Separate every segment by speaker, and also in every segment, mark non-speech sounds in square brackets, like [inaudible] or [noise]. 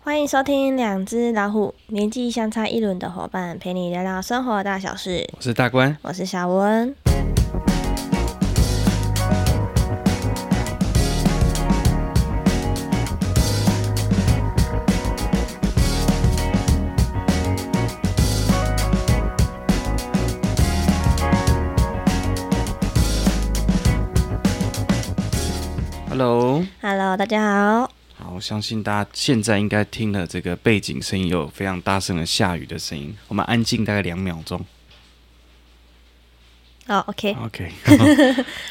Speaker 1: 欢迎收听《两只老虎》，年纪相差一轮的伙伴陪你聊聊生活大小事。
Speaker 2: 我是大官，
Speaker 1: 我是小文。
Speaker 2: Hello。
Speaker 1: Hello，大家好。
Speaker 2: 好，我相信大家现在应该听了这个背景声音有非常大声的下雨的声音，我们安静大概两秒钟。
Speaker 1: 哦、o k
Speaker 2: OK，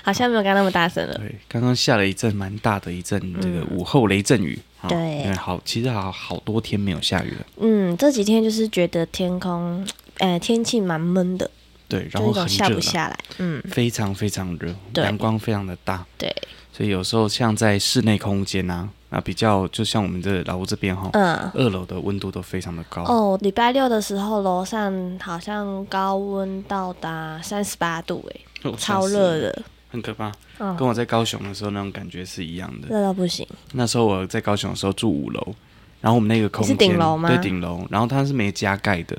Speaker 1: 好像没有刚刚那么大声了。
Speaker 2: 对，刚刚下了一阵蛮大的一阵这个午后雷阵雨。啊
Speaker 1: 嗯对
Speaker 2: 因为好，其实好好多天没有下雨了。
Speaker 1: 嗯，这几天就是觉得天空，呃，天气蛮闷的，
Speaker 2: 对，然
Speaker 1: 就
Speaker 2: 后
Speaker 1: 一种
Speaker 2: 很
Speaker 1: 下
Speaker 2: 热啊
Speaker 1: 不
Speaker 2: 了，
Speaker 1: 下来。嗯，
Speaker 2: 非常非常热，
Speaker 1: 对
Speaker 2: 阳光非常的大，
Speaker 1: 对，
Speaker 2: 所以有时候像在室内空间啊，啊比较就像我们这老屋这边哈，
Speaker 1: 嗯。
Speaker 2: 二楼的温度都非常的高。
Speaker 1: 哦，礼拜六的时候，楼上好像高温到达三十八度、欸，
Speaker 2: 哦
Speaker 1: 超热，
Speaker 2: 像是
Speaker 1: 的，
Speaker 2: 很可怕，
Speaker 1: 嗯，
Speaker 2: 跟我在高雄的时候那种感觉是一样的。
Speaker 1: 热到不行。
Speaker 2: 那时候我在高雄的时候住五楼，然后我们那个空间
Speaker 1: 你是顶楼吗
Speaker 2: 对，顶楼，然后它是没加盖的，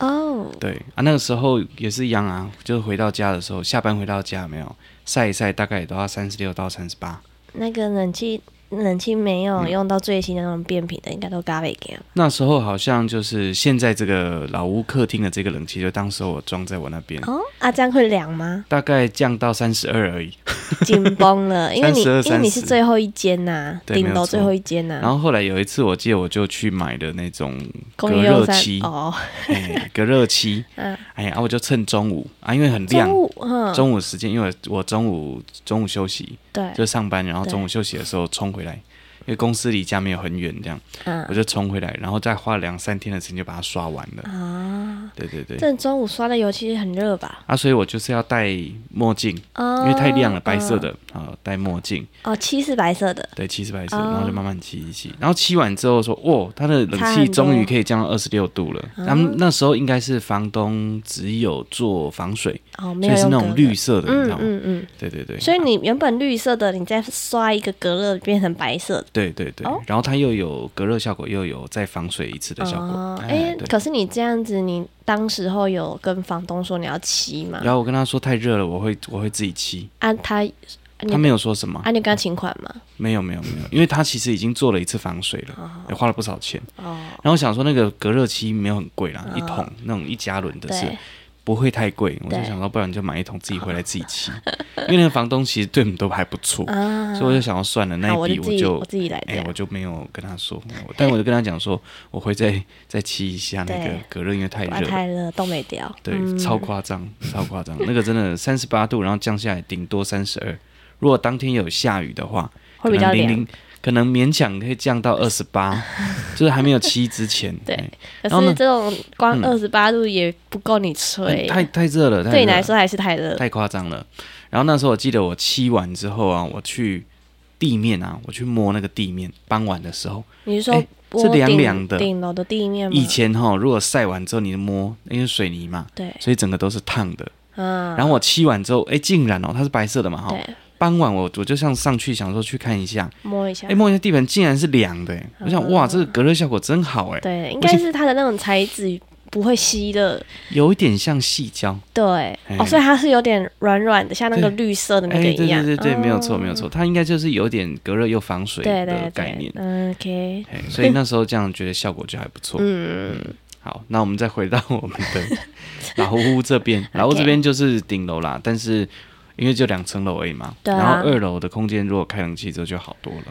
Speaker 1: 哦，
Speaker 2: 对啊，那个时候也是一样啊，就是回到家的时候，下班回到家没有晒一晒，大概也都要三十六到三十八。
Speaker 1: 那个冷气冷气没有
Speaker 2: 嗯
Speaker 1: 用到最新的那种变频的，应该都嘎贝给了。
Speaker 2: 那时候好像就是现在这个老屋客厅的这个冷气，就当时我装在我那边，
Speaker 1: 哦，啊，这样会凉
Speaker 2: [laughs]？
Speaker 1: 吗
Speaker 2: 大概降到三十二而已。
Speaker 1: 紧绷了，因为你
Speaker 2: 32
Speaker 1: 因为你是
Speaker 2: 30
Speaker 1: 最后一间呐、
Speaker 2: 对
Speaker 1: 顶
Speaker 2: 没有
Speaker 1: 楼
Speaker 2: 错
Speaker 1: 最后一间呐、
Speaker 2: 然后后来有一次，我记得我就去买了那
Speaker 1: [laughs]
Speaker 2: 种
Speaker 1: 公
Speaker 2: 隔
Speaker 1: 寓用
Speaker 2: 热
Speaker 1: 餐
Speaker 2: 漆，
Speaker 1: 哦，
Speaker 2: 哎，隔热漆，
Speaker 1: 嗯
Speaker 2: 哎呀，啊我就趁中午啊，因为很亮
Speaker 1: 中，午，嗯，
Speaker 2: 中午时间，因为我中午中午休息，
Speaker 1: 对，
Speaker 2: 就上班，然后
Speaker 1: 对
Speaker 2: 中午休息的时候冲回来，因为公司离家没有很远，这样我
Speaker 1: 嗯
Speaker 2: 就冲回来，然后再花两三天的时间就把它刷完了。
Speaker 1: 啊，
Speaker 2: 对对对，
Speaker 1: 这中午刷的油漆很热吧？
Speaker 2: 啊，所以我就是要戴墨镜，
Speaker 1: 哦，
Speaker 2: 因为太亮了，白色
Speaker 1: 嗯
Speaker 2: 的啊，戴墨镜，
Speaker 1: 哦，漆是白色的，
Speaker 2: 对，漆是白色，
Speaker 1: 哦
Speaker 2: 然后就慢慢漆一漆，然后漆完之后说，哇，它的
Speaker 1: 差
Speaker 2: 冷
Speaker 1: 很
Speaker 2: 气
Speaker 1: 多
Speaker 2: 终于可以降到二十六度了。
Speaker 1: 哦
Speaker 2: 他们那时候应该是房东只有做防水，
Speaker 1: 哦，没
Speaker 2: 所
Speaker 1: 有
Speaker 2: 以是
Speaker 1: 用
Speaker 2: 那
Speaker 1: 隔热
Speaker 2: 种绿，色的，你知
Speaker 1: 嗯
Speaker 2: 道吗？
Speaker 1: 嗯嗯，
Speaker 2: 对对对，
Speaker 1: 所以你原本绿色的，你再刷一个隔热变成白色的。
Speaker 2: 对对对，
Speaker 1: 哦
Speaker 2: 然后它又有隔热效果，又有再防水一次的效果。
Speaker 1: 哦，
Speaker 2: 哎
Speaker 1: 哎、
Speaker 2: 对。
Speaker 1: 可是你这样子，你当时候有跟房东说你要漆吗？
Speaker 2: 然后我跟他说太热了，我会我会自己漆。
Speaker 1: 啊，他你
Speaker 2: 他没有说什么，
Speaker 1: 啊，你有跟他请款吗？
Speaker 2: 没有没有没有，因为他其实已经做了一次防水了，也花了不少钱。
Speaker 1: 哦，
Speaker 2: 然后我想说那个隔热漆没有很贵啦，
Speaker 1: 哦
Speaker 2: 一桶那种一加仑的是
Speaker 1: 对，
Speaker 2: 不会太贵。我就
Speaker 1: 对
Speaker 2: 想说，不然就买一桶自己回来自己
Speaker 1: [laughs]
Speaker 2: 漆，因为那个房东其实对我们都还不错，
Speaker 1: 啊，
Speaker 2: 所以我就想要算了那
Speaker 1: 好
Speaker 2: 一笔
Speaker 1: 就自己
Speaker 2: 就
Speaker 1: 我自己来这
Speaker 2: 哎、
Speaker 1: 样
Speaker 2: 我就没有跟他说，我但我就跟他讲说，我会再再漆一下那个
Speaker 1: 对
Speaker 2: 隔热，因为太
Speaker 1: 哇，
Speaker 2: 热了。
Speaker 1: 太热，冻没掉，
Speaker 2: 对，
Speaker 1: 嗯
Speaker 2: 超夸张，超夸张， [laughs] 那个真的三十八度，然后降下来顶多三十二。如果当天有下雨的话，
Speaker 1: 会比较
Speaker 2: 可能零
Speaker 1: 凉
Speaker 2: 零。，可能勉强可以降到二十八，
Speaker 1: [laughs]
Speaker 2: 就是还没有七之前。
Speaker 1: 对
Speaker 2: 哎
Speaker 1: 可
Speaker 2: 然后
Speaker 1: 是
Speaker 2: 呢
Speaker 1: 这种光
Speaker 2: 嗯
Speaker 1: 二十八度也不够你吹，
Speaker 2: 哎太太热了，太
Speaker 1: 对你
Speaker 2: 热
Speaker 1: 来
Speaker 2: 了
Speaker 1: 说还是太热。
Speaker 2: 太夸张了。然后那时候我记得我漆完之后啊，我去地面啊，我去摸那个地面，傍晚的时候，
Speaker 1: 你是说
Speaker 2: 哎
Speaker 1: 我
Speaker 2: 是凉
Speaker 1: 顶
Speaker 2: 凉的
Speaker 1: 顶楼的地面吗？
Speaker 2: 以前哈、如果晒完之后你摸，因为水泥嘛，
Speaker 1: 对，
Speaker 2: 所以整个都是烫的。
Speaker 1: 嗯，
Speaker 2: 然后我漆完之后，哎，竟然哦，它是白色的嘛哈、
Speaker 1: 对，
Speaker 2: 傍晚我我就像上去想说去看一下，
Speaker 1: 摸一下
Speaker 2: 哎，，摸一下地板竟然是凉的，哎我想哇，这个隔热效果真好哎，
Speaker 1: 啊对，应该是它的那种材质不会吸热，
Speaker 2: 有一点像细胶，
Speaker 1: 对，
Speaker 2: 哎
Speaker 1: 哦，所以它是有点软软的，像那个
Speaker 2: 对
Speaker 1: 绿色的那
Speaker 2: 哎，
Speaker 1: 个
Speaker 2: 对
Speaker 1: 一
Speaker 2: 对
Speaker 1: 样。
Speaker 2: 对对，
Speaker 1: 哦
Speaker 2: 没有错没有。错，它应该就是有点隔热又防水
Speaker 1: 对对
Speaker 2: 的
Speaker 1: 对，
Speaker 2: 概念，
Speaker 1: 嗯，OK，
Speaker 2: 哎，所以那时候这样觉得效果就还不错。
Speaker 1: 嗯，
Speaker 2: 好，那我们再回到我们的 [laughs] 老屋这边，老屋这边就是顶楼啦，但是。因为就两层楼而已嘛，
Speaker 1: 对啊
Speaker 2: 然后二楼的空间如果开冷气之后就好多了。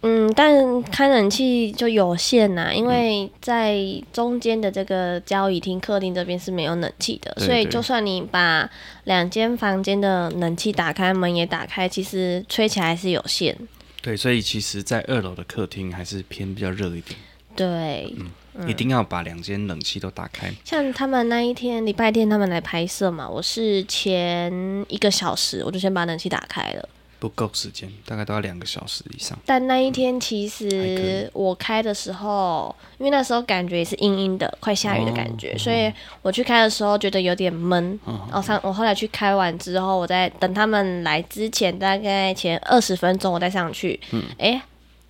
Speaker 1: 嗯，但开冷气就有限呐、因为在中间的这个交易厅、客厅这边是没有冷气的，
Speaker 2: 对
Speaker 1: 所以
Speaker 2: 对
Speaker 1: 就算你把两间房间的冷气打开，门也打开，其实吹起来是有限。
Speaker 2: 对，所以其实，在二楼的客厅还是偏比较热一点，
Speaker 1: 对，
Speaker 2: 嗯一定要把两间冷气都打开。
Speaker 1: 像他们那一天礼拜天他们来拍摄嘛，我是前一个小时我就先把冷气打开了。
Speaker 2: 不够时间，大概都要两个小时以上。
Speaker 1: 但那一天其
Speaker 2: 嗯还可
Speaker 1: 实
Speaker 2: 以
Speaker 1: 我开的时候，因为那时候感觉也是阴阴的，快下雨的感觉，
Speaker 2: 哦
Speaker 1: 所以我去开的时候觉得有点闷。
Speaker 2: 嗯
Speaker 1: 然后上我后来去开完之后，我在等他们来之前，大概前二十分钟我再上去，哎、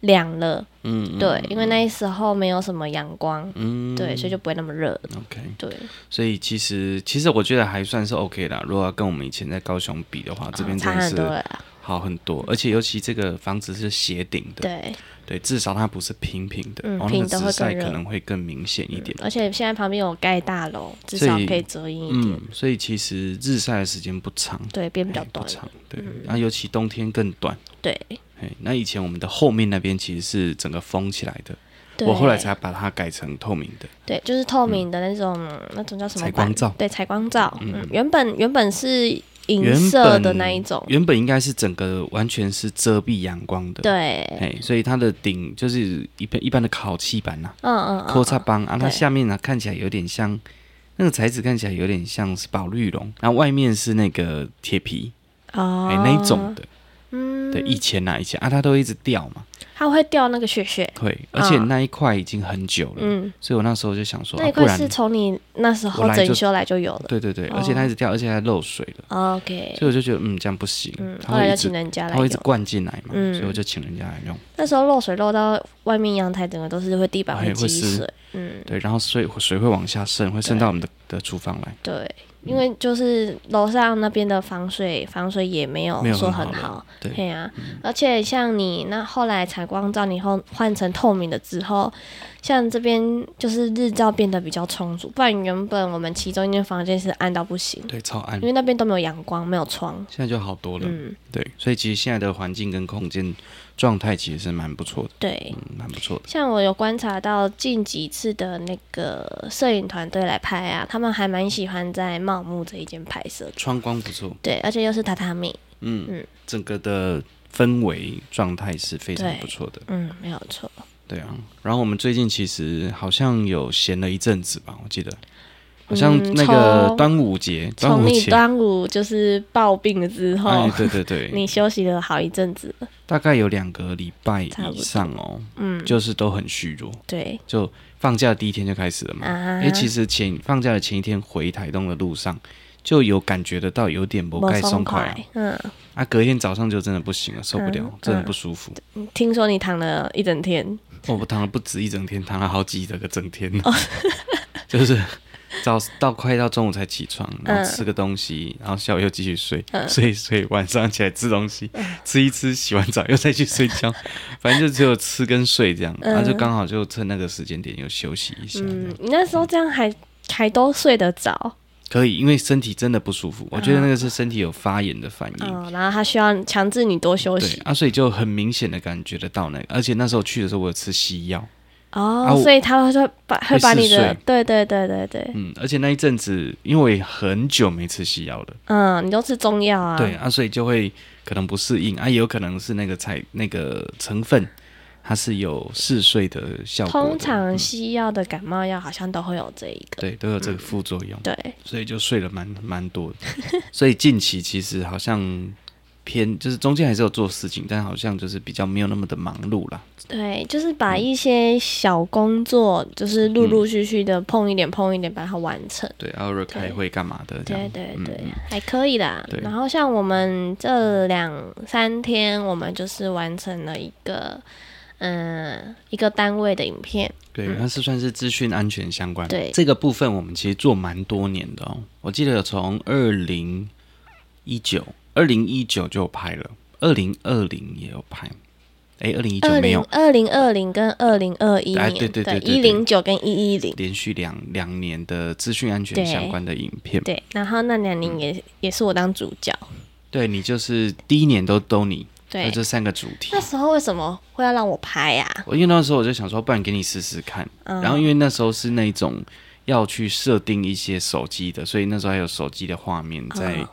Speaker 1: 凉了，
Speaker 2: 嗯嗯，嗯
Speaker 1: 对，因为那时候没有什么阳光，
Speaker 2: 嗯
Speaker 1: 对，所以就不会那么热，
Speaker 2: OK，
Speaker 1: 对，
Speaker 2: 所以其实其实我觉得还算是 OK 啦。如果要跟我们以前在高雄比的话，这边
Speaker 1: 啊差
Speaker 2: 真的
Speaker 1: 很多
Speaker 2: 是
Speaker 1: 了，
Speaker 2: 好很多，而且尤其这个房子是斜顶的，
Speaker 1: 对，
Speaker 2: 对，至少它不是平平的，
Speaker 1: 嗯
Speaker 2: 然后
Speaker 1: 平
Speaker 2: 那
Speaker 1: 的
Speaker 2: 个
Speaker 1: 会
Speaker 2: 紫晒
Speaker 1: 更热
Speaker 2: 可能会更明显一点。
Speaker 1: 而且现在旁边有盖大楼，至
Speaker 2: 所
Speaker 1: 少
Speaker 2: 以
Speaker 1: 可以遮阴一点，
Speaker 2: 嗯，所以其实日晒的时间不长，
Speaker 1: 对，变比较
Speaker 2: 哎
Speaker 1: 短嗯了，
Speaker 2: 不长，对，然后尤其冬天更短。
Speaker 1: 对，
Speaker 2: 哎，那以前我们的后面那边其实是整个封起来的，
Speaker 1: 对
Speaker 2: 我后来才把它改成透明的。
Speaker 1: 对，就是透明的那种，那种叫什么
Speaker 2: 嗯采光
Speaker 1: 板
Speaker 2: 罩
Speaker 1: 对，采光罩。嗯，原本原本是银色
Speaker 2: 本
Speaker 1: 的那一种，
Speaker 2: 原本应该是整个完全是遮蔽阳光的。，
Speaker 1: 对，
Speaker 2: 哎，所以它的顶就是一般一般的烤漆板呐、
Speaker 1: 嗯嗯
Speaker 2: 啊，
Speaker 1: 嗯
Speaker 2: 扣叉帮啊，它
Speaker 1: 对
Speaker 2: 下面呢、看起来有点像那个材质，看起来有点像是宝绿龙，然后外面是那个铁皮，
Speaker 1: 嗯，哦，
Speaker 2: 哎、那一种，的。
Speaker 1: 嗯，
Speaker 2: 对，以前呐、以前啊，它都一直掉嘛，
Speaker 1: 它会掉那个血血，
Speaker 2: 会，而且
Speaker 1: 嗯
Speaker 2: 那一块已经很久了，
Speaker 1: 嗯，
Speaker 2: 所以我那时候就想说，
Speaker 1: 那
Speaker 2: 啊、
Speaker 1: 一
Speaker 2: 不
Speaker 1: 块
Speaker 2: 然
Speaker 1: 是从你那时
Speaker 2: 我
Speaker 1: 候
Speaker 2: 来就
Speaker 1: 整修来就有了
Speaker 2: 对对对，
Speaker 1: 哦
Speaker 2: 而且它一直掉，而且还漏水了，
Speaker 1: ，OK，
Speaker 2: 所以我就觉得嗯，这样不行，
Speaker 1: 嗯，
Speaker 2: 它
Speaker 1: 后来
Speaker 2: 会一
Speaker 1: 就
Speaker 2: 直
Speaker 1: 请人家来
Speaker 2: 它会一直
Speaker 1: 用。
Speaker 2: 灌进来嘛，
Speaker 1: 嗯
Speaker 2: 所以我就请人家来用。
Speaker 1: 那时候漏水漏到外面阳台，整个都是会地板
Speaker 2: 哎
Speaker 1: 会
Speaker 2: 会
Speaker 1: 积
Speaker 2: 湿
Speaker 1: 水，嗯，
Speaker 2: 对，然后水水会往下渗，会渗
Speaker 1: 对
Speaker 2: 到我们的的厨房来，
Speaker 1: 对。因为就是楼上那边的防水防水也没有
Speaker 2: 没有
Speaker 1: 说
Speaker 2: 很
Speaker 1: 很
Speaker 2: 好的
Speaker 1: 好，
Speaker 2: 对，
Speaker 1: 对啊，而且像你那后来采光罩，你后换成透明的之后，像这边就是日照变得比较充足，不然原本我们其中一间房间是暗到不行，
Speaker 2: 对，超暗
Speaker 1: 因，为那边都没有阳光，没有窗。
Speaker 2: 现在就好多了，
Speaker 1: 嗯，
Speaker 2: 对，所以其实现在的环境跟空间状态其实是蛮不错的，
Speaker 1: 对。
Speaker 2: 嗯，蛮不错的，
Speaker 1: 像我有观察到近几次的那个摄影团队来拍啊，他们还蛮喜欢在茂木这一间拍摄的，
Speaker 2: 窗光不错，
Speaker 1: 对，而且又是榻榻米，
Speaker 2: 嗯，
Speaker 1: 嗯
Speaker 2: 整个的氛围状态是非常
Speaker 1: 对
Speaker 2: 不错的，
Speaker 1: 嗯，没有错，
Speaker 2: 对啊，然后我们最近其实好像有闲了一阵子吧，我记得好像那个
Speaker 1: 嗯从
Speaker 2: 端午节，端
Speaker 1: 从
Speaker 2: 午
Speaker 1: 你
Speaker 2: 节，
Speaker 1: 端午就是暴病了之后，
Speaker 2: 哎，对对对，
Speaker 1: [laughs] 你休息了好一阵子了，
Speaker 2: 大概有两个礼拜
Speaker 1: 差不
Speaker 2: 以
Speaker 1: 多
Speaker 2: 上哦，
Speaker 1: 嗯，
Speaker 2: 就是都很虚弱，
Speaker 1: 对，
Speaker 2: 就放假的第一天就开始了嘛。
Speaker 1: 啊，
Speaker 2: 因为其实前放假的前一天回台东的路上，就有感觉得到有点不
Speaker 1: 没
Speaker 2: 该松
Speaker 1: 松
Speaker 2: 快哦
Speaker 1: 快，嗯，
Speaker 2: 啊，隔天早上就真的不行了，受不了，
Speaker 1: 嗯
Speaker 2: 真的不舒服。
Speaker 1: 听说你躺了一整天，
Speaker 2: 哦我躺了不止一整天，躺了好几个整天，
Speaker 1: 哦
Speaker 2: [laughs] 就是早到快到中午才起床，然后
Speaker 1: 嗯
Speaker 2: 吃个东西，然后下午又继续睡， [laughs] 睡一睡，晚上起来吃东西，
Speaker 1: 嗯
Speaker 2: 吃一吃，洗完澡又再去睡
Speaker 1: [laughs]
Speaker 2: 觉，反正就只有吃跟睡这样，然后就刚好就趁那个时间点又休息一下这样
Speaker 1: 嗯，你那时候这样还还都睡得着，
Speaker 2: 可以，因为身体真的不舒服，我觉得那个是身体有发炎的反应。
Speaker 1: 嗯，然后他需要强制你多休
Speaker 2: 对
Speaker 1: 息，
Speaker 2: 啊，所以就很明显的感觉得到那个，而且那时候去的时候我有吃西药，啊
Speaker 1: 哦
Speaker 2: 我，
Speaker 1: 所以他会说把
Speaker 2: 会
Speaker 1: 会把你的
Speaker 2: 嗜睡，
Speaker 1: 对对对对对，
Speaker 2: 嗯，而且那一阵子因为我也很久没吃西药了，
Speaker 1: 嗯，你都吃中药啊，
Speaker 2: 对，啊，所以就会可能不适应啊，也有可能是那个菜那个成分它是有嗜睡的效果的，嗯
Speaker 1: 通常西药的感冒药好像都会有这一个，
Speaker 2: 对都有这个副作用，
Speaker 1: 对，
Speaker 2: 所以就睡了蛮蛮多的 [laughs] 所以近期其实好像偏就是中间还是有做事情，但好像就是比较没有那么的忙碌啦。
Speaker 1: 对，就是
Speaker 2: 嗯
Speaker 1: 把一些小工作，就是陆陆续续的碰一点碰一点把它完成。
Speaker 2: 对，然后开会干嘛的这
Speaker 1: 对
Speaker 2: 样。嗯
Speaker 1: 对对，还可以啦
Speaker 2: 对。
Speaker 1: 然后像我们这两三天，我们就是完成了一个，嗯，一个单位的影片。
Speaker 2: 对，它是算是资讯安全相关。
Speaker 1: 嗯对
Speaker 2: 这个部分，我们其实做蛮多年的哦。我记得有从二零一九、二零一九就有拍了，二零二零也有拍，哎，二零一九
Speaker 1: 二
Speaker 2: 没
Speaker 1: 零
Speaker 2: 有，
Speaker 1: 二零二零跟二零二一
Speaker 2: 哎
Speaker 1: 年，
Speaker 2: 对对对对嗯
Speaker 1: 一零九跟一一零，
Speaker 2: 连续两两年的资讯安全
Speaker 1: 对
Speaker 2: 相关的影片。
Speaker 1: 对。然后那两
Speaker 2: 嗯
Speaker 1: 年也、也是我当主角，
Speaker 2: 对你就是第一年都都你，那
Speaker 1: 对。
Speaker 2: 这三个主题
Speaker 1: 那。时候为什么会要让我拍啊呀、
Speaker 2: 我因为那时候我就想说，不然给你试试看。
Speaker 1: 嗯
Speaker 2: 然后因为那时候是那种要去设定一些手机的，所以那时候还有手机的画面在，
Speaker 1: 哦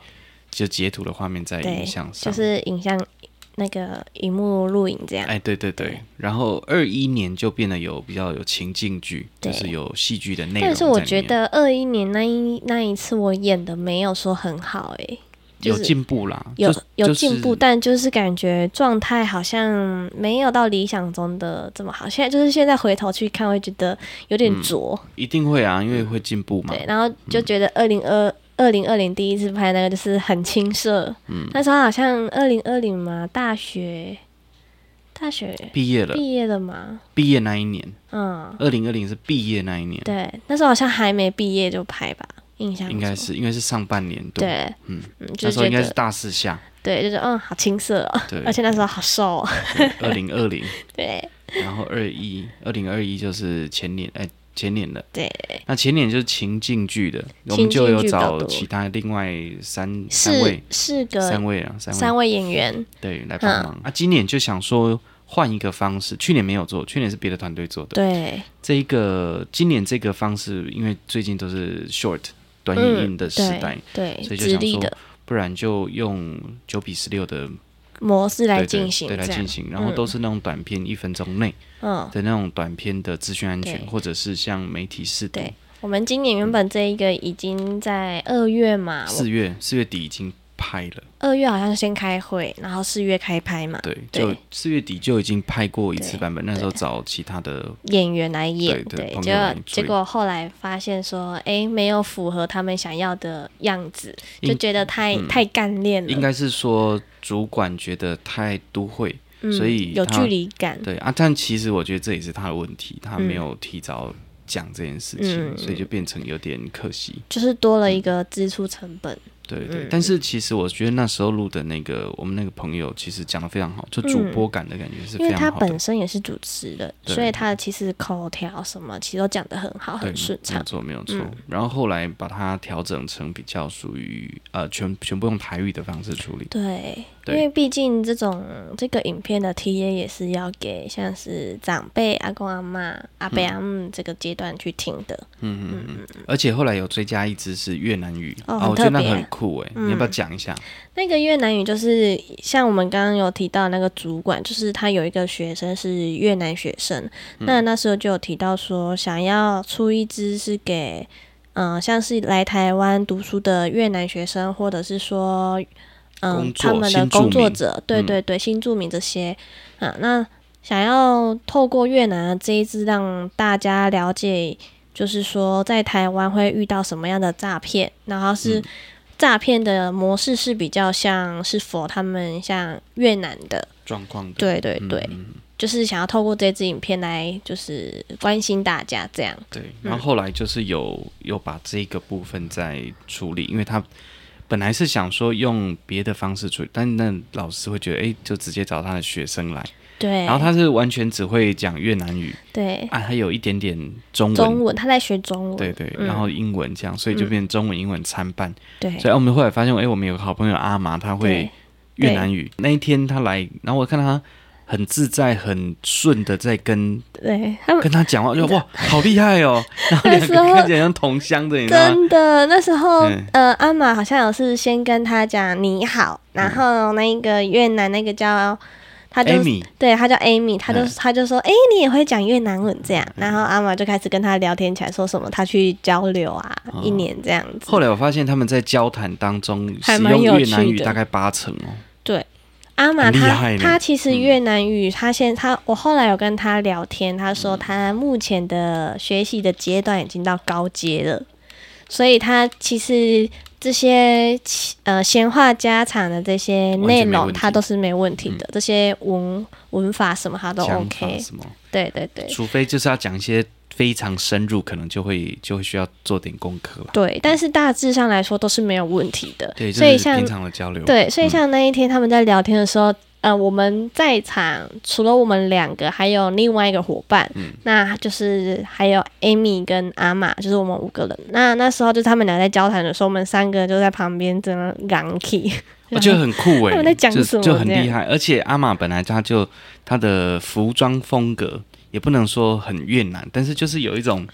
Speaker 2: 就截图的画面在
Speaker 1: 对
Speaker 2: 影像，
Speaker 1: 就
Speaker 2: 上。
Speaker 1: 是影像那个荧幕录影这样。
Speaker 2: 哎，对对对。
Speaker 1: 对
Speaker 2: 然后二一年就变得有比较有情境剧，就
Speaker 1: 对
Speaker 2: 是有戏剧的内容在里面。
Speaker 1: 但是我觉得二一年那一那一次我演的没有说很好哎、就
Speaker 2: 有
Speaker 1: 是
Speaker 2: 进步啦，
Speaker 1: 有
Speaker 2: 就
Speaker 1: 有
Speaker 2: 就是
Speaker 1: 进步，但就是感觉状态好像没有到理想中的这么好。现在就是现在回头去看，会觉得有点浊，
Speaker 2: 一定会啊，因为会进步嗯嘛。嗯
Speaker 1: 对，然后就觉得二零二。二零二零第一次拍那个
Speaker 2: 嗯
Speaker 1: 就是很青涩，那时候好像二零二零嘛，大学大学
Speaker 2: 毕业了，
Speaker 1: 毕业了吗？
Speaker 2: 毕业那一年，
Speaker 1: 嗯，
Speaker 2: 二零二零是毕业那一年，
Speaker 1: 对，那时候好像还没毕业就拍吧，印象
Speaker 2: 应该
Speaker 1: 中
Speaker 2: 是应该是上半年度，
Speaker 1: 对，
Speaker 2: 嗯，
Speaker 1: 嗯，就
Speaker 2: 那时候
Speaker 1: 觉
Speaker 2: 应该是
Speaker 1: 得
Speaker 2: 大四下，
Speaker 1: [laughs] 对，就是嗯，好青涩哦，
Speaker 2: 对
Speaker 1: 而且那时候好瘦哦，
Speaker 2: 二零二零，
Speaker 1: 对
Speaker 2: 然后二一，二零二一就是前年，哎、前年的，
Speaker 1: 对，
Speaker 2: 那前年就是情境剧的，我
Speaker 1: 情
Speaker 2: 们就
Speaker 1: 境
Speaker 2: 有
Speaker 1: 剧比较
Speaker 2: 找
Speaker 1: 多
Speaker 2: 其他另外三三
Speaker 1: 是
Speaker 2: 位，
Speaker 1: 是
Speaker 2: 三
Speaker 1: 个
Speaker 2: 位啊，三位
Speaker 1: 三位嗯演员，
Speaker 2: 对来帮忙。啊，今年就想说换一个方式，去年没有做，去年是别的团队做的。
Speaker 1: 对，
Speaker 2: 这一个今年这个方式，因为最近都是 short 短影音的时代，
Speaker 1: 嗯对，
Speaker 2: 所
Speaker 1: 对，
Speaker 2: 以就
Speaker 1: 直
Speaker 2: 想
Speaker 1: 立
Speaker 2: 说
Speaker 1: 的
Speaker 2: 不然就用九比十六的
Speaker 1: 模式来
Speaker 2: 对对
Speaker 1: 进行，
Speaker 2: 对来
Speaker 1: 这样
Speaker 2: 进行，然后都是那种短片一分钟内
Speaker 1: 嗯，
Speaker 2: 的那种短片的资讯安全，
Speaker 1: 对
Speaker 2: 或者是像媒体试读。
Speaker 1: 对我们今年原本这一个已经在二月嘛，啊我
Speaker 2: 四月四月底已经拍了，
Speaker 1: 二月好像先开会，然后四月开拍嘛，
Speaker 2: 对，
Speaker 1: 对
Speaker 2: 就四月底就已经拍过一次
Speaker 1: 对
Speaker 2: 版本，那时候找其他的
Speaker 1: 演员来演，
Speaker 2: 对对
Speaker 1: 对，
Speaker 2: 朋
Speaker 1: 结
Speaker 2: 友来
Speaker 1: 果
Speaker 2: 所
Speaker 1: 结
Speaker 2: 以
Speaker 1: 果后来发现说，哎，没有符合他们想要的样子，就
Speaker 2: 应嗯
Speaker 1: 觉得太太干练了，
Speaker 2: 应该是说主管觉得太都会，
Speaker 1: 嗯
Speaker 2: 所以
Speaker 1: 有
Speaker 2: 他
Speaker 1: 距离感，
Speaker 2: 对啊，但其实我觉得这也是他的问题，他
Speaker 1: 嗯
Speaker 2: 没有提早讲这件事情，
Speaker 1: 嗯
Speaker 2: 所以就变成有点可惜。
Speaker 1: 就是多了一个支出成本，
Speaker 2: 对
Speaker 1: 嗯
Speaker 2: 对，但是其实我觉得那时候录的那个我们那个朋友，其实讲的非常好，就主播感的感觉是
Speaker 1: 嗯因
Speaker 2: 非
Speaker 1: 为他
Speaker 2: 常好的。
Speaker 1: 本身也是主持人，
Speaker 2: 对
Speaker 1: 所以他其实口条什么其实都讲得很好，
Speaker 2: 对，
Speaker 1: 很顺
Speaker 2: 没有
Speaker 1: 畅。
Speaker 2: 错，没有错。
Speaker 1: 嗯
Speaker 2: 然后后来把它调整成比较属于呃全全部用台语的方式处理。
Speaker 1: 对，因
Speaker 2: 对
Speaker 1: 为毕竟这种这个影片的 T A 也是要给像是长辈、阿公阿妈、阿伯阿姆这个阶段去听的。
Speaker 2: 嗯嗯嗯。而且后来有追加一支是越南语，
Speaker 1: 哦
Speaker 2: 啊，
Speaker 1: 很
Speaker 2: 我觉
Speaker 1: 特
Speaker 2: 得那
Speaker 1: 别嗯
Speaker 2: 个很酷哎，你要不要讲一下？
Speaker 1: 那个越南语就是像我们刚刚有提到那个主管，就是他有一个学生是越南学生，
Speaker 2: 嗯
Speaker 1: 那那时候就有提到说想要出一支是给，嗯、像是来台湾读书的越南学生，或者是说，嗯、
Speaker 2: 工作
Speaker 1: 他们的
Speaker 2: 新住
Speaker 1: 工作
Speaker 2: 民嗯
Speaker 1: 者，对对对，新住民这些，啊，那想要透过越南的这一支让大家了解，就是说在台湾会遇到什么样的诈骗，然后
Speaker 2: 嗯
Speaker 1: 是诈骗的模式是比较像是否他们像越南的，
Speaker 2: 状况的。
Speaker 1: 对对
Speaker 2: 嗯
Speaker 1: 对，
Speaker 2: 嗯嗯
Speaker 1: 就是想要透过这支影片来就是关心大家这样，
Speaker 2: 对，然后后来就是有有把这个部分再处理，因为他本来是想说用别的方式处理，但那老师会觉得，哎，就直接找他的学生来，
Speaker 1: 对，
Speaker 2: 然后他是完全只会讲越南语
Speaker 1: 对
Speaker 2: 啊，还有一点点中文，
Speaker 1: 中文，他在学中文，
Speaker 2: 对对，
Speaker 1: 嗯
Speaker 2: 然后英文这样，所以就变成中文英文参半。
Speaker 1: 对
Speaker 2: 所以我们后来发现，哎，我们有个好朋友阿玛，他会
Speaker 1: 对
Speaker 2: 越南语。那一天他来，然后我看他很自在、很顺的在跟
Speaker 1: 对，他们
Speaker 2: 跟他讲话，就哇，好厉害
Speaker 1: [laughs]
Speaker 2: 哦！然后两个
Speaker 1: 那时候
Speaker 2: 看起来像同乡的，你知道吗？
Speaker 1: 真的，那时候、
Speaker 2: 嗯
Speaker 1: 呃，阿玛好像有是先跟他讲你好，然后那个越南那个叫他就
Speaker 2: Amy
Speaker 1: 对他叫 Amy，他就、
Speaker 2: 嗯
Speaker 1: 他就说哎、诶你也会讲越南文这样，然后阿玛就开始跟他聊天起来，说什么他去交流啊，
Speaker 2: 哦
Speaker 1: 一年这样子。
Speaker 2: 后来我发现他们在交谈当中
Speaker 1: 还
Speaker 2: 使
Speaker 1: 蛮
Speaker 2: 用
Speaker 1: 有
Speaker 2: 越南
Speaker 1: 趣
Speaker 2: 语
Speaker 1: 的
Speaker 2: 大概八成哦，
Speaker 1: 阿玛
Speaker 2: 很厉
Speaker 1: 他
Speaker 2: 害呢嗯
Speaker 1: 他其实越南语，他现他我后来有跟他聊天，他
Speaker 2: 嗯
Speaker 1: 说他目前的学习的阶段已经到高阶了，所以他其实这些呃闲话家常的这些内
Speaker 2: 完全没
Speaker 1: 容，
Speaker 2: 问题
Speaker 1: 他都是没问题的，这些文文法什么他都
Speaker 2: 讲法
Speaker 1: OK，
Speaker 2: 什么？
Speaker 1: 对对对。
Speaker 2: 除非就是要讲一些非常深入，可能就会就会需要做点功课了。
Speaker 1: 对，但是大致上来说都是没有问题的，
Speaker 2: 对，就
Speaker 1: 所以
Speaker 2: 是
Speaker 1: 像
Speaker 2: 平常的嗯交流。
Speaker 1: 对，所以像那一天他们在聊天的时候，呃，我们在场除了我们两个，还有另外一个伙伴，
Speaker 2: 嗯
Speaker 1: 那就是还有 Amy 跟阿玛，就是我们五个人。那那时候就是他们俩在交谈的时候，我们三个就在旁边真的嚷起，
Speaker 2: 我
Speaker 1: [laughs]
Speaker 2: 觉得很酷
Speaker 1: 啊他
Speaker 2: 哎、欸，
Speaker 1: 们在讲
Speaker 2: 就
Speaker 1: 什么
Speaker 2: 就很
Speaker 1: 这样
Speaker 2: 厉害。而且阿玛本来他就他的服装风格也不能说很越南，但是就是有一种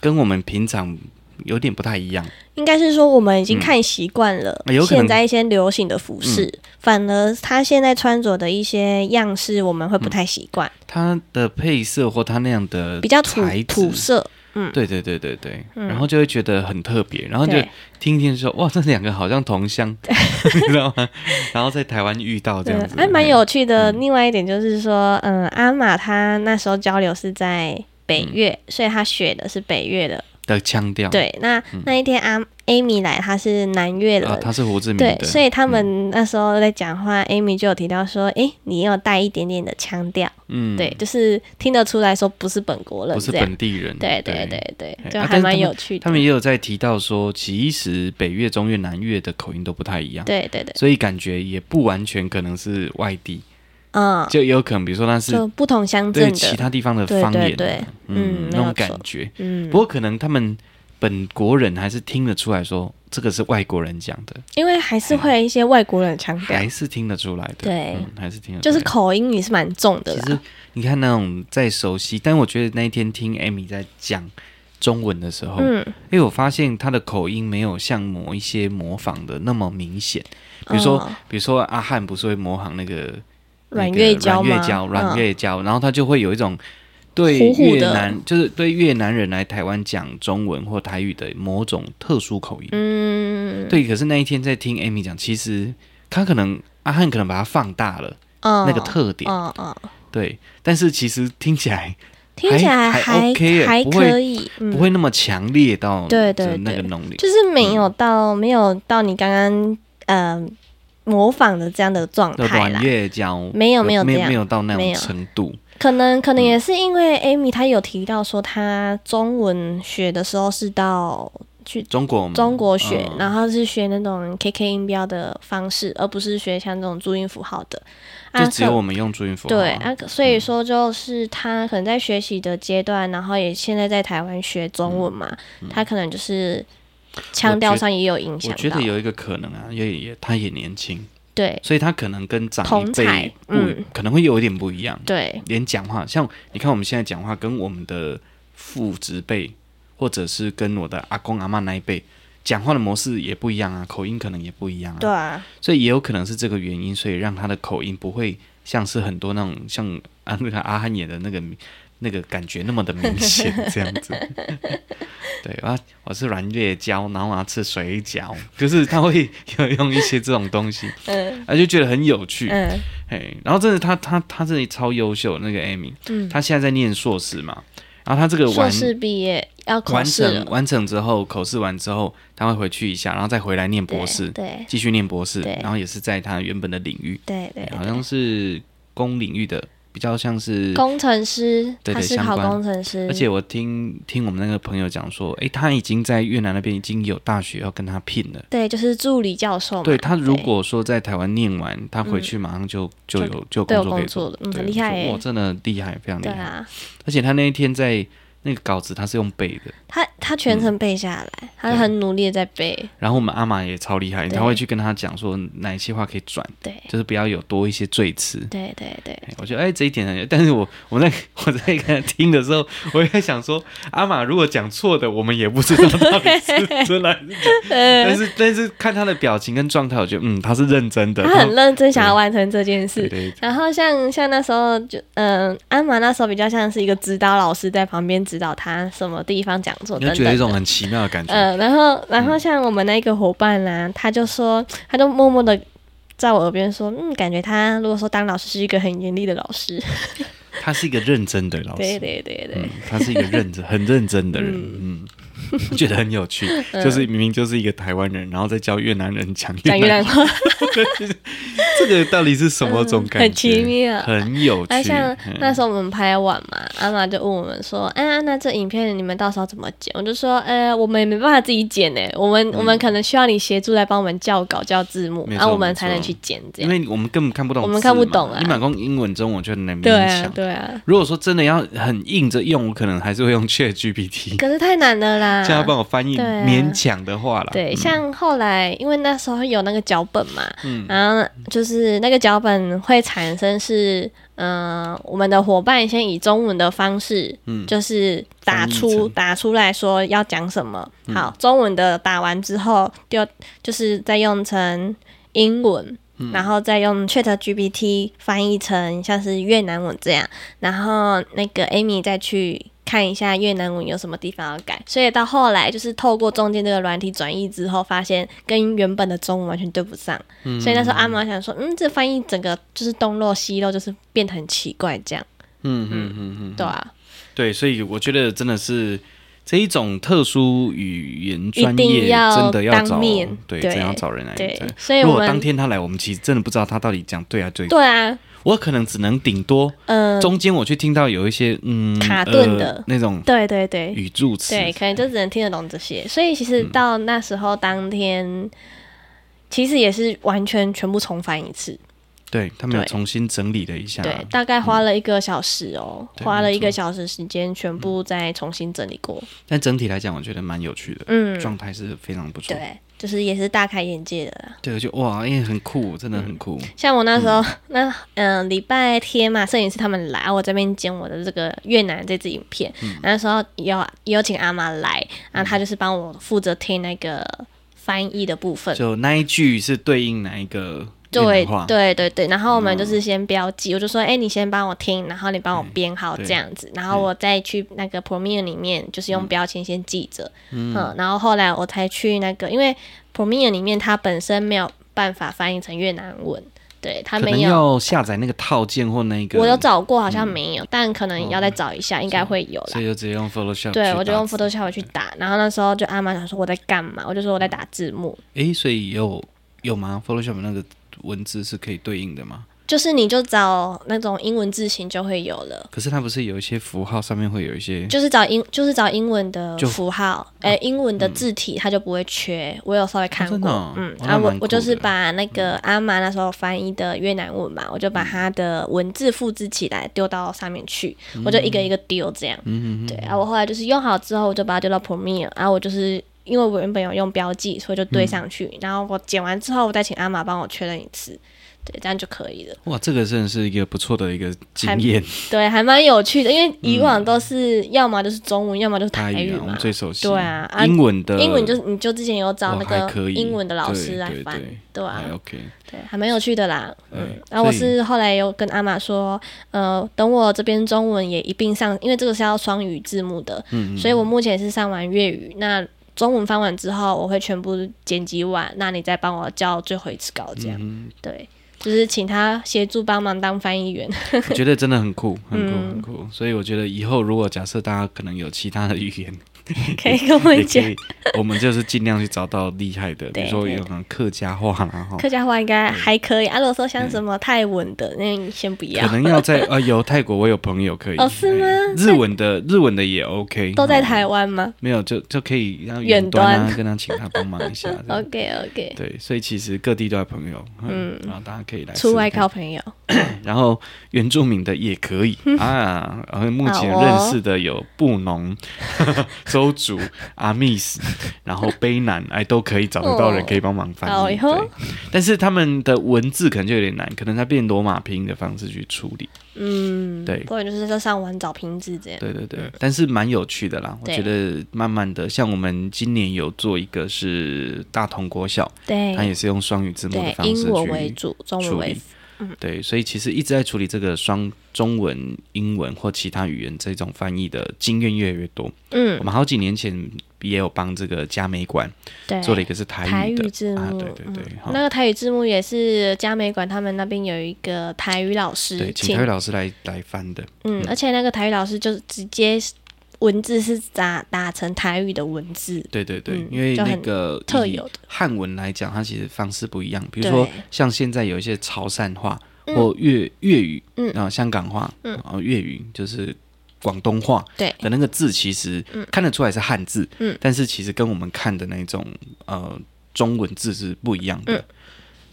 Speaker 2: 跟我们平常有点不太一样。
Speaker 1: 应该是说我们已经看习惯了、
Speaker 2: 嗯啊有可能嗯
Speaker 1: 现在一些流行的服饰，反而他现在穿着的一些样式，我们会
Speaker 2: 嗯
Speaker 1: 不太习惯，
Speaker 2: 他的配色或他那样的
Speaker 1: 比较土嗯
Speaker 2: 呃材
Speaker 1: 土
Speaker 2: 质，
Speaker 1: 色，
Speaker 2: 对对对对对，然后就会觉得很特别，然后就听一听说哇，这两个好像同
Speaker 1: [laughs]
Speaker 2: 乡，你知道吗？然后在台湾遇到这
Speaker 1: 对，啊
Speaker 2: 样子，哎嗯
Speaker 1: 还蛮
Speaker 2: 嘿
Speaker 1: 有趣的。另外一点就是说，
Speaker 2: 嗯
Speaker 1: 嗯，阿玛他那时候交流是在北越，所以他学的是北越的
Speaker 2: 的腔调，
Speaker 1: 对，那、那一天阿 Amy 来，她是南越人，
Speaker 2: 嗯啊，他是胡志明
Speaker 1: 对，
Speaker 2: 的，
Speaker 1: 所以他们那时候在讲话、a m y 就有提到说，诶，你有带一点点的腔调，
Speaker 2: 嗯，
Speaker 1: 对，就是听得出来说不是本国人
Speaker 2: 不是
Speaker 1: 这样，
Speaker 2: 本地人，
Speaker 1: 对对对对，
Speaker 2: 嘿
Speaker 1: 就
Speaker 2: 啊但
Speaker 1: 还
Speaker 2: 是
Speaker 1: 蛮
Speaker 2: 他们
Speaker 1: 有趣的。
Speaker 2: 他们也有在提到说，其实北越、中越、南越的口音都不太一样，
Speaker 1: 对对对，
Speaker 2: 所以感觉也不完全可能是外地，
Speaker 1: 嗯，
Speaker 2: 就也有可能，比如说那是
Speaker 1: 就不同乡
Speaker 2: 对
Speaker 1: 镇
Speaker 2: 其
Speaker 1: 的，
Speaker 2: 他地方的
Speaker 1: 对
Speaker 2: 方
Speaker 1: 对
Speaker 2: 言，啊
Speaker 1: 对，嗯
Speaker 2: 嗯，，
Speaker 1: 没
Speaker 2: 那
Speaker 1: 有错
Speaker 2: 种感，觉。
Speaker 1: 嗯
Speaker 2: 不，过可能他们本国人还是听得出来说，这个是外国人讲的，
Speaker 1: 因为还是会有一些外国人的腔调
Speaker 2: 哎还，是听得出来的，
Speaker 1: 对
Speaker 2: 嗯，还是听得出
Speaker 1: 就
Speaker 2: 来
Speaker 1: 是口音也是蛮重的
Speaker 2: 其实
Speaker 1: 啦，
Speaker 2: 你看那种再熟悉，但我觉得那一天听 Amy 在讲中文的时候，
Speaker 1: 嗯，
Speaker 2: 因为我发现她的口音没有像某一些模仿的那么明显。比如说，
Speaker 1: 嗯
Speaker 2: 比如说阿汉不是会模仿那个
Speaker 1: 阮
Speaker 2: 那个
Speaker 1: 月娇
Speaker 2: 阮
Speaker 1: 嘛
Speaker 2: 月娇，
Speaker 1: 嗯
Speaker 2: 阮月娇，然后他就会有一种。对
Speaker 1: 虎虎
Speaker 2: 越
Speaker 1: 的
Speaker 2: 南就是对越南人来台湾讲中文或台语的某种特殊口音，
Speaker 1: 嗯，
Speaker 2: 对。可是那一天在听 Amy 讲，其实他可能阿汉可能把它放大了、那
Speaker 1: 那
Speaker 2: 个特点，
Speaker 1: 嗯嗯，
Speaker 2: 对，但是其实听起来
Speaker 1: 听起来
Speaker 2: 还
Speaker 1: 还
Speaker 2: OK 耶不会
Speaker 1: 可以，嗯
Speaker 2: 不会那么强烈到
Speaker 1: 对对
Speaker 2: 就那个
Speaker 1: 对
Speaker 2: 浓烈，
Speaker 1: 就是没有到、
Speaker 2: 嗯
Speaker 1: 没有到你刚刚呃模仿的这样的状
Speaker 2: 就
Speaker 1: 态啦
Speaker 2: 软。月娇
Speaker 1: 没有没有
Speaker 2: 没
Speaker 1: 这样
Speaker 2: 没有嗯到那
Speaker 1: 没
Speaker 2: 种
Speaker 1: 有
Speaker 2: 程度，
Speaker 1: 可能可能也是因为 Amy 她有提到说，她中文学的时候是到去
Speaker 2: 中国
Speaker 1: 中国学，
Speaker 2: 嗯
Speaker 1: 然后是学那种 KK 音标的方式，而不是学像这种注音符号的。啊，
Speaker 2: 就只有
Speaker 1: 可
Speaker 2: 我们用注音符号，
Speaker 1: 对啊，可所
Speaker 2: 嗯
Speaker 1: 以说就是他可能在学习的阶段，然后也现在在台湾学中
Speaker 2: 嗯
Speaker 1: 文嘛，他可能就是腔调上也有影响
Speaker 2: 我
Speaker 1: 到。
Speaker 2: 觉得有一个可能啊，因为也他也年轻，
Speaker 1: 对
Speaker 2: 所以他可能跟长一
Speaker 1: 同
Speaker 2: 辈
Speaker 1: 才
Speaker 2: 不、
Speaker 1: 嗯
Speaker 2: 可能会有一点不一样，
Speaker 1: 对，
Speaker 2: 连讲话，像你看我们现在讲话跟我们的父职辈，或者是跟我的阿公阿嬷那一辈。讲话的模式也不一样啊，口音可能也不一样啊。
Speaker 1: 对啊，
Speaker 2: 所以也有可能是这个原因，所以让他的口音不会像是很多那种像啊那个阿汉演的那个那个感觉那么的明显这样
Speaker 1: [laughs]
Speaker 2: 子。对啊，我是软月胶，然后我要啊吃水饺，就是他会有用一些这种东西，
Speaker 1: 嗯
Speaker 2: 啊就觉得很有趣。
Speaker 1: 嗯
Speaker 2: 嘿，然后真的他他他真的超优秀，那个 Amy，
Speaker 1: 嗯，
Speaker 2: 他现在在念硕士嘛，然后他这个
Speaker 1: 硕
Speaker 2: 完
Speaker 1: 士毕业要考
Speaker 2: 完
Speaker 1: 试
Speaker 2: 成
Speaker 1: 了，
Speaker 2: 完成之后，口试完之后，他会回去一下，然后再回来念
Speaker 1: 对
Speaker 2: 博士。
Speaker 1: 对
Speaker 2: 继续念博士，
Speaker 1: 对
Speaker 2: 然后也是在他原本的领域，
Speaker 1: 对对，
Speaker 2: 哎
Speaker 1: 对
Speaker 2: 好像是工领域的，比较像是。
Speaker 1: 工程师，
Speaker 2: 对对
Speaker 1: 他是
Speaker 2: 相
Speaker 1: 考
Speaker 2: 关
Speaker 1: 工程师，
Speaker 2: 而且我听听我们那个朋友讲说，诶，他已经在越南那边已经有大学要跟他聘了。
Speaker 1: 对就是助理教授嘛，
Speaker 2: 对他如果说在台湾念完，他回去马上就、就有就有
Speaker 1: 对
Speaker 2: 工
Speaker 1: 嗯有
Speaker 2: 作可以
Speaker 1: 工
Speaker 2: 做，
Speaker 1: 作的，嗯，
Speaker 2: 对
Speaker 1: 很厉害
Speaker 2: 我说哇，
Speaker 1: 耶，
Speaker 2: 真的厉害，非常厉
Speaker 1: 对
Speaker 2: 害。
Speaker 1: 啊，
Speaker 2: 而且他那一天在那个稿子他是用背的，
Speaker 1: 他他全程背下来，他
Speaker 2: 嗯对啊
Speaker 1: 很努力的在背，
Speaker 2: 然后我们阿玛也超厉害，
Speaker 1: 对
Speaker 2: 他会去跟他讲说哪一些话可以转，
Speaker 1: 对
Speaker 2: 就是不要有多一些赘词。
Speaker 1: 对对对，
Speaker 2: 哎我觉得哎这一点很，但是我我在我在跟他听的时候，我也在想说，阿玛如果讲错的，我们也不知道到底
Speaker 1: [laughs]
Speaker 2: 是真的还是假的。 [laughs] 但是但是看他的表情跟状态，我觉得嗯他是认真的，
Speaker 1: 他很认真想要完成这件
Speaker 2: 对
Speaker 1: 事。
Speaker 2: 对对
Speaker 1: 然后像像那时候就嗯，安玛那时候比较像是一个指导老师在旁边指导他什么地方讲座
Speaker 2: 你
Speaker 1: 等
Speaker 2: 会
Speaker 1: 等
Speaker 2: 觉得有一种
Speaker 1: 的。
Speaker 2: 很奇妙的感觉。嗯
Speaker 1: 嗯，然后然后像我们那个伙伴啦、他就说，他就默默的在我耳边说，嗯，感觉他如果说当老师是一个很严厉的老师，
Speaker 2: 他是一个认真的老师，
Speaker 1: 对对对对
Speaker 2: 嗯，他是一个认真很认真的人，嗯。我觉得很
Speaker 1: [laughs]
Speaker 2: 有趣，就是明明就是一个台湾人，然后再教越南人讲
Speaker 1: 嗯讲
Speaker 2: 越
Speaker 1: 越南
Speaker 2: 南，
Speaker 1: 话
Speaker 2: [laughs] 这个到底是什么种感觉？
Speaker 1: 很奇妙。啊
Speaker 2: 很有
Speaker 1: 那
Speaker 2: 趣。
Speaker 1: 像
Speaker 2: 嗯
Speaker 1: 那时候我们拍完嘛，阿玛就问我们说：“哎、啊，那这影片你们到时候怎么剪？”我就说：“呃，我们也没办法自己剪呢，我们、我们可能需要你协助来帮我们校稿、校字幕，
Speaker 2: 嗯没
Speaker 1: 然
Speaker 2: 错
Speaker 1: 后、我们
Speaker 2: 没
Speaker 1: 才
Speaker 2: 错
Speaker 1: 能去剪这
Speaker 2: 因
Speaker 1: 样。
Speaker 2: 为我们根本看不懂
Speaker 1: 我
Speaker 2: 字嘛，
Speaker 1: 们看不懂啊
Speaker 2: 你满光英文中，我觉得能”
Speaker 1: 对
Speaker 2: 勉
Speaker 1: 啊
Speaker 2: 强，。
Speaker 1: 对啊，
Speaker 2: 如果说真的要很硬着用，我可能还是会用 [laughs]
Speaker 1: [laughs]
Speaker 2: Chat GPT，
Speaker 1: 可是太难了啦。
Speaker 2: 叫他帮我翻译，
Speaker 1: 对啊
Speaker 2: 勉强的话啦。
Speaker 1: 对，
Speaker 2: 嗯
Speaker 1: 像后来因为那时候有那个脚本嘛，然后就是那个脚本会产生是，嗯、我们的伙伴先以中文的方式，就是打
Speaker 2: 嗯翻译
Speaker 1: 出
Speaker 2: 成嗯
Speaker 1: 打出来说要讲什么。好，中文的打完之后，就就是再用成英文。
Speaker 2: 嗯
Speaker 1: 然后再用 Chat GPT 翻译成像是越南文这样，然后那个 Amy 再去看一下越南文有什么地方要改。所以到后来就是透过中间这个软体转译之后，发现跟原本的中文完全对不上。所以那时候阿毛想说，嗯，这翻译整个就是东漏西漏，就是变得很奇怪这样，
Speaker 2: 嗯嗯嗯嗯，
Speaker 1: 对啊，
Speaker 2: 对，所以我觉得真的是这一种特殊语言专
Speaker 1: 一
Speaker 2: 业
Speaker 1: 定要
Speaker 2: 真的要找
Speaker 1: 当面
Speaker 2: 对，
Speaker 1: 对
Speaker 2: 真要找人来
Speaker 1: 对
Speaker 2: 哎对
Speaker 1: 所以
Speaker 2: 如
Speaker 1: 我
Speaker 2: 果
Speaker 1: 们
Speaker 2: 当天他来，我们其实真的不知道他到底讲对还对错。
Speaker 1: 对啊，
Speaker 2: 我可能只能顶多
Speaker 1: 嗯，
Speaker 2: 中间我去听到有一些嗯
Speaker 1: 卡顿的
Speaker 2: 呃那种
Speaker 1: 对对对，
Speaker 2: 语嗯助词，
Speaker 1: 对，可能就只能听得懂这些。所以其实到那时候当天，其实也是完全全部重翻一次。
Speaker 2: 对他们有
Speaker 1: 对
Speaker 2: 重新整理了一下，
Speaker 1: 对，大概花了一个小时哦，
Speaker 2: 啊嗯对
Speaker 1: 花了一
Speaker 2: 没嗯
Speaker 1: 个小时时间，全部再重新整理过。
Speaker 2: 但整体来讲，我觉得蛮有趣的，
Speaker 1: 嗯，
Speaker 2: 状态是非常不错。
Speaker 1: 对，啊就是也是大开眼界的啦。
Speaker 2: 对，我就哇，因为很酷，真的很酷。
Speaker 1: 像我那时候， [laughs] 那嗯，礼拜天嘛，摄影师他们来，我这边剪我的这个越南这支影片。
Speaker 2: 嗯
Speaker 1: 那时候有有请阿妈来，然后她就是帮我负责听那个翻译的部分。
Speaker 2: 就那一句是对应哪一个
Speaker 1: 对
Speaker 2: 变化？
Speaker 1: 对对对，然后我们
Speaker 2: 嗯
Speaker 1: 就是先标记，我就说，哎、你先帮我听，然后你帮我编号
Speaker 2: 对嗯
Speaker 1: 这样子，然后我再去那个 Premiere 里面，就是用标签先记着，嗯然后后来我才去那个，因为 Premiere 里面它本身没有办法翻译成越南文，对，它
Speaker 2: 可能
Speaker 1: 没有。
Speaker 2: 要下载那个套件或那个，
Speaker 1: 我有找过，好像没有，但可能要再找一下，应该会有
Speaker 2: 嗯所
Speaker 1: 啦。
Speaker 2: 以就直接用 Photoshop 去
Speaker 1: 对，
Speaker 2: 打
Speaker 1: 我就用
Speaker 2: 字
Speaker 1: Photoshop 去打，然后那时候就阿妈想说我在干嘛，我就说我在打字幕，
Speaker 2: 诶，所以有有吗？Photoshop 那个文字是可以对应的吗？
Speaker 1: 就是你就找那种英文字型就会有了。
Speaker 2: 可是它不是有一些符号上面会有一些，
Speaker 1: 就是找英，就是找英文的
Speaker 2: 就
Speaker 1: 符号，哎、英文的字体它就不会缺。我有稍微看
Speaker 2: 真的
Speaker 1: 过，
Speaker 2: 哦
Speaker 1: 嗯，
Speaker 2: 哦
Speaker 1: 啊，
Speaker 2: 那蛮
Speaker 1: 我
Speaker 2: 酷
Speaker 1: 我就是
Speaker 2: 的嗯
Speaker 1: 把那个阿玛那时候翻译的越南文嘛，我就把它的文字复制起来丢到上面去，我就一个一个丢这样。
Speaker 2: 嗯嗯嗯，
Speaker 1: 对啊，我后来就是用好之后，我就把它丢到 Premiere，然后我就是。因为我原本有用标记，所以就对
Speaker 2: 嗯
Speaker 1: 上去。然后我剪完之后，我再请阿玛帮我确认一次，对，这样就可以了。
Speaker 2: 哇，这个真的是一个不错的一个经验，
Speaker 1: 对，还蛮有趣的，因为以往都是要么就是中文，要么就是台
Speaker 2: 嗯台语
Speaker 1: 语
Speaker 2: 啊，我
Speaker 1: 嘛
Speaker 2: 们。最熟悉，
Speaker 1: 对啊啊
Speaker 2: 英文的
Speaker 1: 英文就是你就之前有找那
Speaker 2: 哇还可
Speaker 1: 个
Speaker 2: 以
Speaker 1: 英文的老师
Speaker 2: 对
Speaker 1: 来
Speaker 2: 对
Speaker 1: 翻
Speaker 2: 对，
Speaker 1: 对啊
Speaker 2: 还，OK，
Speaker 1: 对，还蛮有趣的啦。嗯
Speaker 2: 对，
Speaker 1: 然后我
Speaker 2: 所以
Speaker 1: 是后来有跟阿玛说，呃，等我这边中文也一并上，因为这个是要双语字幕的，
Speaker 2: 嗯
Speaker 1: 所以我目前是上完粤语，那中文翻完之后，我会全部剪辑完，那你再帮我校最后一次稿，这样，
Speaker 2: 嗯，
Speaker 1: 对，就是请他协助帮忙当翻译
Speaker 2: [laughs]
Speaker 1: 员。 [laughs]
Speaker 2: 我觉得真的很酷，
Speaker 1: 嗯
Speaker 2: 很酷，很酷。所以我觉得以后如果假设大家可能有其他的语言，
Speaker 1: 可以跟我
Speaker 2: 也可
Speaker 1: 讲，
Speaker 2: 以，我们就是尽量去找到厉害的，比
Speaker 1: 对
Speaker 2: 如说
Speaker 1: 对
Speaker 2: 有可能客家话啦，哈，
Speaker 1: 客家话应该还可以。啊，如果说像什么泰文的，那你先不要
Speaker 2: 哎可，能要在呃有泰国，我有朋友可以，
Speaker 1: 哦是吗
Speaker 2: 哎日文的日文的也 OK，
Speaker 1: 都在
Speaker 2: 哦
Speaker 1: 台湾吗
Speaker 2: 没有就就可以让
Speaker 1: 远
Speaker 2: 远端啊
Speaker 1: 端
Speaker 2: 跟他请他帮忙一下，这
Speaker 1: [laughs]
Speaker 2: 样
Speaker 1: ？OK OK，
Speaker 2: 对，所以其实各地都有朋友，嗯，然后大家可以来
Speaker 1: 出外
Speaker 2: 试试看
Speaker 1: 靠朋友。
Speaker 2: 然后原住民的也
Speaker 1: [laughs]
Speaker 2: 可以啊，然后目前
Speaker 1: 好哦
Speaker 2: 认识的有布
Speaker 1: [laughs]
Speaker 2: 农、周族、阿密斯，然后卑南，哎，都可以找得到人
Speaker 1: 哦
Speaker 2: 可以帮忙翻
Speaker 1: 好
Speaker 2: 译。
Speaker 1: 哟
Speaker 2: 对，但是他们的文字可能就有点难，可能他变罗马拼音的方式去处理。
Speaker 1: 嗯，
Speaker 2: 对
Speaker 1: 不然就是在上网找评字这样。
Speaker 2: 对对对，但是蛮有趣的啦。我
Speaker 1: 嗯对
Speaker 2: 觉得慢慢的，像我们今年有做一个是大同国小，
Speaker 1: 对
Speaker 2: 它也是用双语字幕的
Speaker 1: 对，
Speaker 2: 方式
Speaker 1: 英文为
Speaker 2: 去
Speaker 1: 主，中文
Speaker 2: 处
Speaker 1: 为
Speaker 2: 理
Speaker 1: 辅。。
Speaker 2: 对，所以其实一直在处理这个双中文、英文或其他语言这种翻译的经验越来越多。
Speaker 1: 嗯
Speaker 2: 我，们好几年前也有帮这个佳美馆
Speaker 1: 对，
Speaker 2: 做了一个是台
Speaker 1: 台
Speaker 2: 语的
Speaker 1: 语字幕，
Speaker 2: 啊，对对对，
Speaker 1: 嗯
Speaker 2: 好
Speaker 1: 那个台语字幕也是嘉美馆他们那边有一个台语老师
Speaker 2: 对，，请台语老师来来翻的，
Speaker 1: 嗯，而且那个台语老师就是直接文字是打打成台语的文字，
Speaker 2: 对对对，
Speaker 1: 嗯
Speaker 2: 因为
Speaker 1: 就
Speaker 2: 那
Speaker 1: 很
Speaker 2: 个
Speaker 1: 特
Speaker 2: 以
Speaker 1: 有的
Speaker 2: 汉文来讲，它其实方式不一样，比如说
Speaker 1: 对
Speaker 2: 像现在有一些潮汕话或粤粤语，
Speaker 1: 嗯
Speaker 2: 然后香港话，然后粤语就是广东话，
Speaker 1: 对
Speaker 2: 的那个字其实看得出来是汉字，
Speaker 1: 嗯
Speaker 2: 但是其实跟我们看的那种呃中文字是不一样的。
Speaker 1: 嗯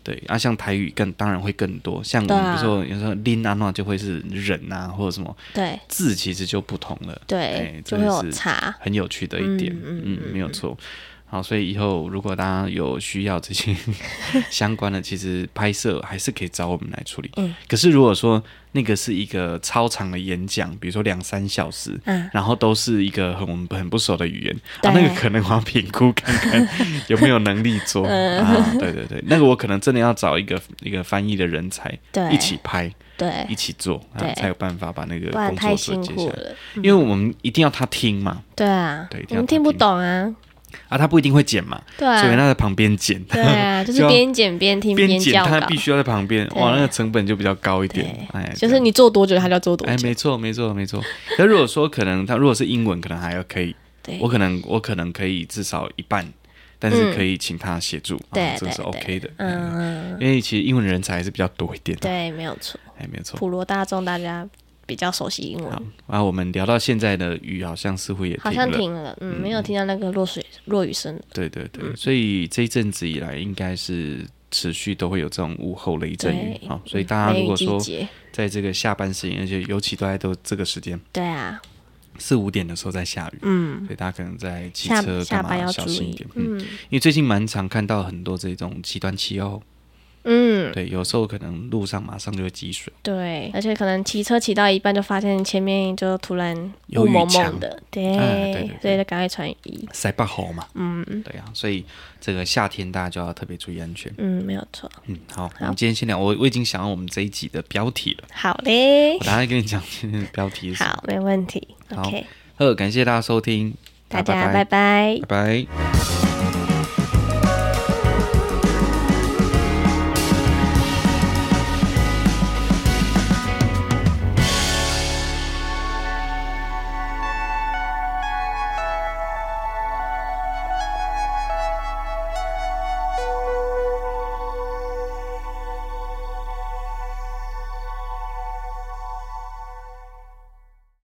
Speaker 2: 对，啊，像台语更当然会更多，像我
Speaker 1: 对
Speaker 2: 们
Speaker 1: 啊
Speaker 2: 比如说有时候拎啊那就会是人啊，或者什么
Speaker 1: 对
Speaker 2: 字其实就不同了，哎
Speaker 1: 对，就
Speaker 2: 真的
Speaker 1: 会有
Speaker 2: 是
Speaker 1: 差。
Speaker 2: 很有趣的一点，
Speaker 1: 嗯
Speaker 2: 嗯，没有错。好，所以以后如果大家有需要这些 [laughs] 相关的，其实拍摄还是可以找我们来处理。
Speaker 1: 嗯，
Speaker 2: 可是如果说那个是一个超长的演讲，比如说两三小时，
Speaker 1: 嗯，
Speaker 2: 然后都是一个很我们很不熟的语言，啊
Speaker 1: 对，
Speaker 2: 那个可能我要评估看看
Speaker 1: [laughs]
Speaker 2: 有没有能力做、
Speaker 1: 嗯
Speaker 2: 啊。对对对，那个我可能真的要找一个一个翻译的人才
Speaker 1: 对，
Speaker 2: 一起拍、
Speaker 1: 对
Speaker 2: 一，起做，啊，
Speaker 1: 对
Speaker 2: 才有办法把那个
Speaker 1: 不然
Speaker 2: 工
Speaker 1: 太
Speaker 2: 作
Speaker 1: 辛
Speaker 2: 做接
Speaker 1: 苦
Speaker 2: 下来。
Speaker 1: 了。嗯
Speaker 2: 因为我们一定要他听嘛，
Speaker 1: 对啊
Speaker 2: 对一，定
Speaker 1: 我
Speaker 2: 要
Speaker 1: 们
Speaker 2: 打
Speaker 1: 听不
Speaker 2: 听
Speaker 1: 懂啊。
Speaker 2: 啊，他不一定会剪嘛，
Speaker 1: 对
Speaker 2: 所以
Speaker 1: 啊，
Speaker 2: 他在旁边剪，
Speaker 1: 对
Speaker 2: [laughs]
Speaker 1: 啊，就
Speaker 2: 就是要
Speaker 1: 边剪边听
Speaker 2: 边剪
Speaker 1: 校
Speaker 2: 他
Speaker 1: 稿
Speaker 2: 必。须要在旁边，
Speaker 1: 对
Speaker 2: 哇，那个成本就比较高一
Speaker 1: 对
Speaker 2: 点，哎，
Speaker 1: 就是你做多久，他就要做多
Speaker 2: 哎，
Speaker 1: 久。
Speaker 2: 没错，没错，没错。那如果说可能，他如果是英文，可能还要可以，
Speaker 1: 对
Speaker 2: 我可能我可能可以至少一半，但是可以请他协助，
Speaker 1: 对
Speaker 2: 啊、这
Speaker 1: 对
Speaker 2: 是
Speaker 1: 对
Speaker 2: OK 的。嗯，
Speaker 1: 嗯，
Speaker 2: 因为其实英文人才还是比较多一点的、
Speaker 1: 对，没有错，
Speaker 2: 哎，没有错。
Speaker 1: 普罗大众大家比较熟悉英文
Speaker 2: 好，，然后我们聊到现在的雨，好像似乎也
Speaker 1: 好
Speaker 2: 停
Speaker 1: 像
Speaker 2: 了，
Speaker 1: 停了，嗯，没有听到那个落水落雨声，
Speaker 2: 对对对，
Speaker 1: 嗯
Speaker 2: 所以这一阵子以来，应该是持续都会有这种午后雷阵雨
Speaker 1: 对
Speaker 2: 啊、所以大家
Speaker 1: 梅
Speaker 2: 如
Speaker 1: 雨
Speaker 2: 果
Speaker 1: 季
Speaker 2: 说
Speaker 1: 节，
Speaker 2: 在这个下班时间，而且尤其都在都这个时间
Speaker 1: 对啊，
Speaker 2: 四五点的时候在下雨，
Speaker 1: 嗯，
Speaker 2: 所以大家可能在骑
Speaker 1: 下
Speaker 2: 车
Speaker 1: 下
Speaker 2: 干
Speaker 1: 班
Speaker 2: 嘛
Speaker 1: 要
Speaker 2: 小
Speaker 1: 注
Speaker 2: 心一
Speaker 1: 意
Speaker 2: 点，，嗯，
Speaker 1: 嗯
Speaker 2: 因为最近蛮常看到很多这种极端气候，
Speaker 1: 嗯，
Speaker 2: 对，有时候可能路上马上就会积水，
Speaker 1: 对，而且可能骑车骑到一半就发现前面就突然
Speaker 2: 有
Speaker 1: 雾
Speaker 2: 雨
Speaker 1: 蒙蒙
Speaker 2: 墙
Speaker 1: 的，对，
Speaker 2: 哎对对
Speaker 1: 所以就赶快穿雨衣，
Speaker 2: 塞爆好嘛，
Speaker 1: 嗯
Speaker 2: 对啊，所以这个夏天大家就要特别注意安全。
Speaker 1: 嗯，没有错，
Speaker 2: 嗯，好，我们今天先聊，我我已经想到我们这一集的标题了，
Speaker 1: 好嘞
Speaker 2: 我，等下跟你讲今天的标题是什么。
Speaker 1: 好，没问题
Speaker 2: 好
Speaker 1: ，OK，
Speaker 2: 呃，感谢大家收听，
Speaker 1: 大
Speaker 2: 拜
Speaker 1: 家
Speaker 2: 拜
Speaker 1: 拜拜
Speaker 2: 拜拜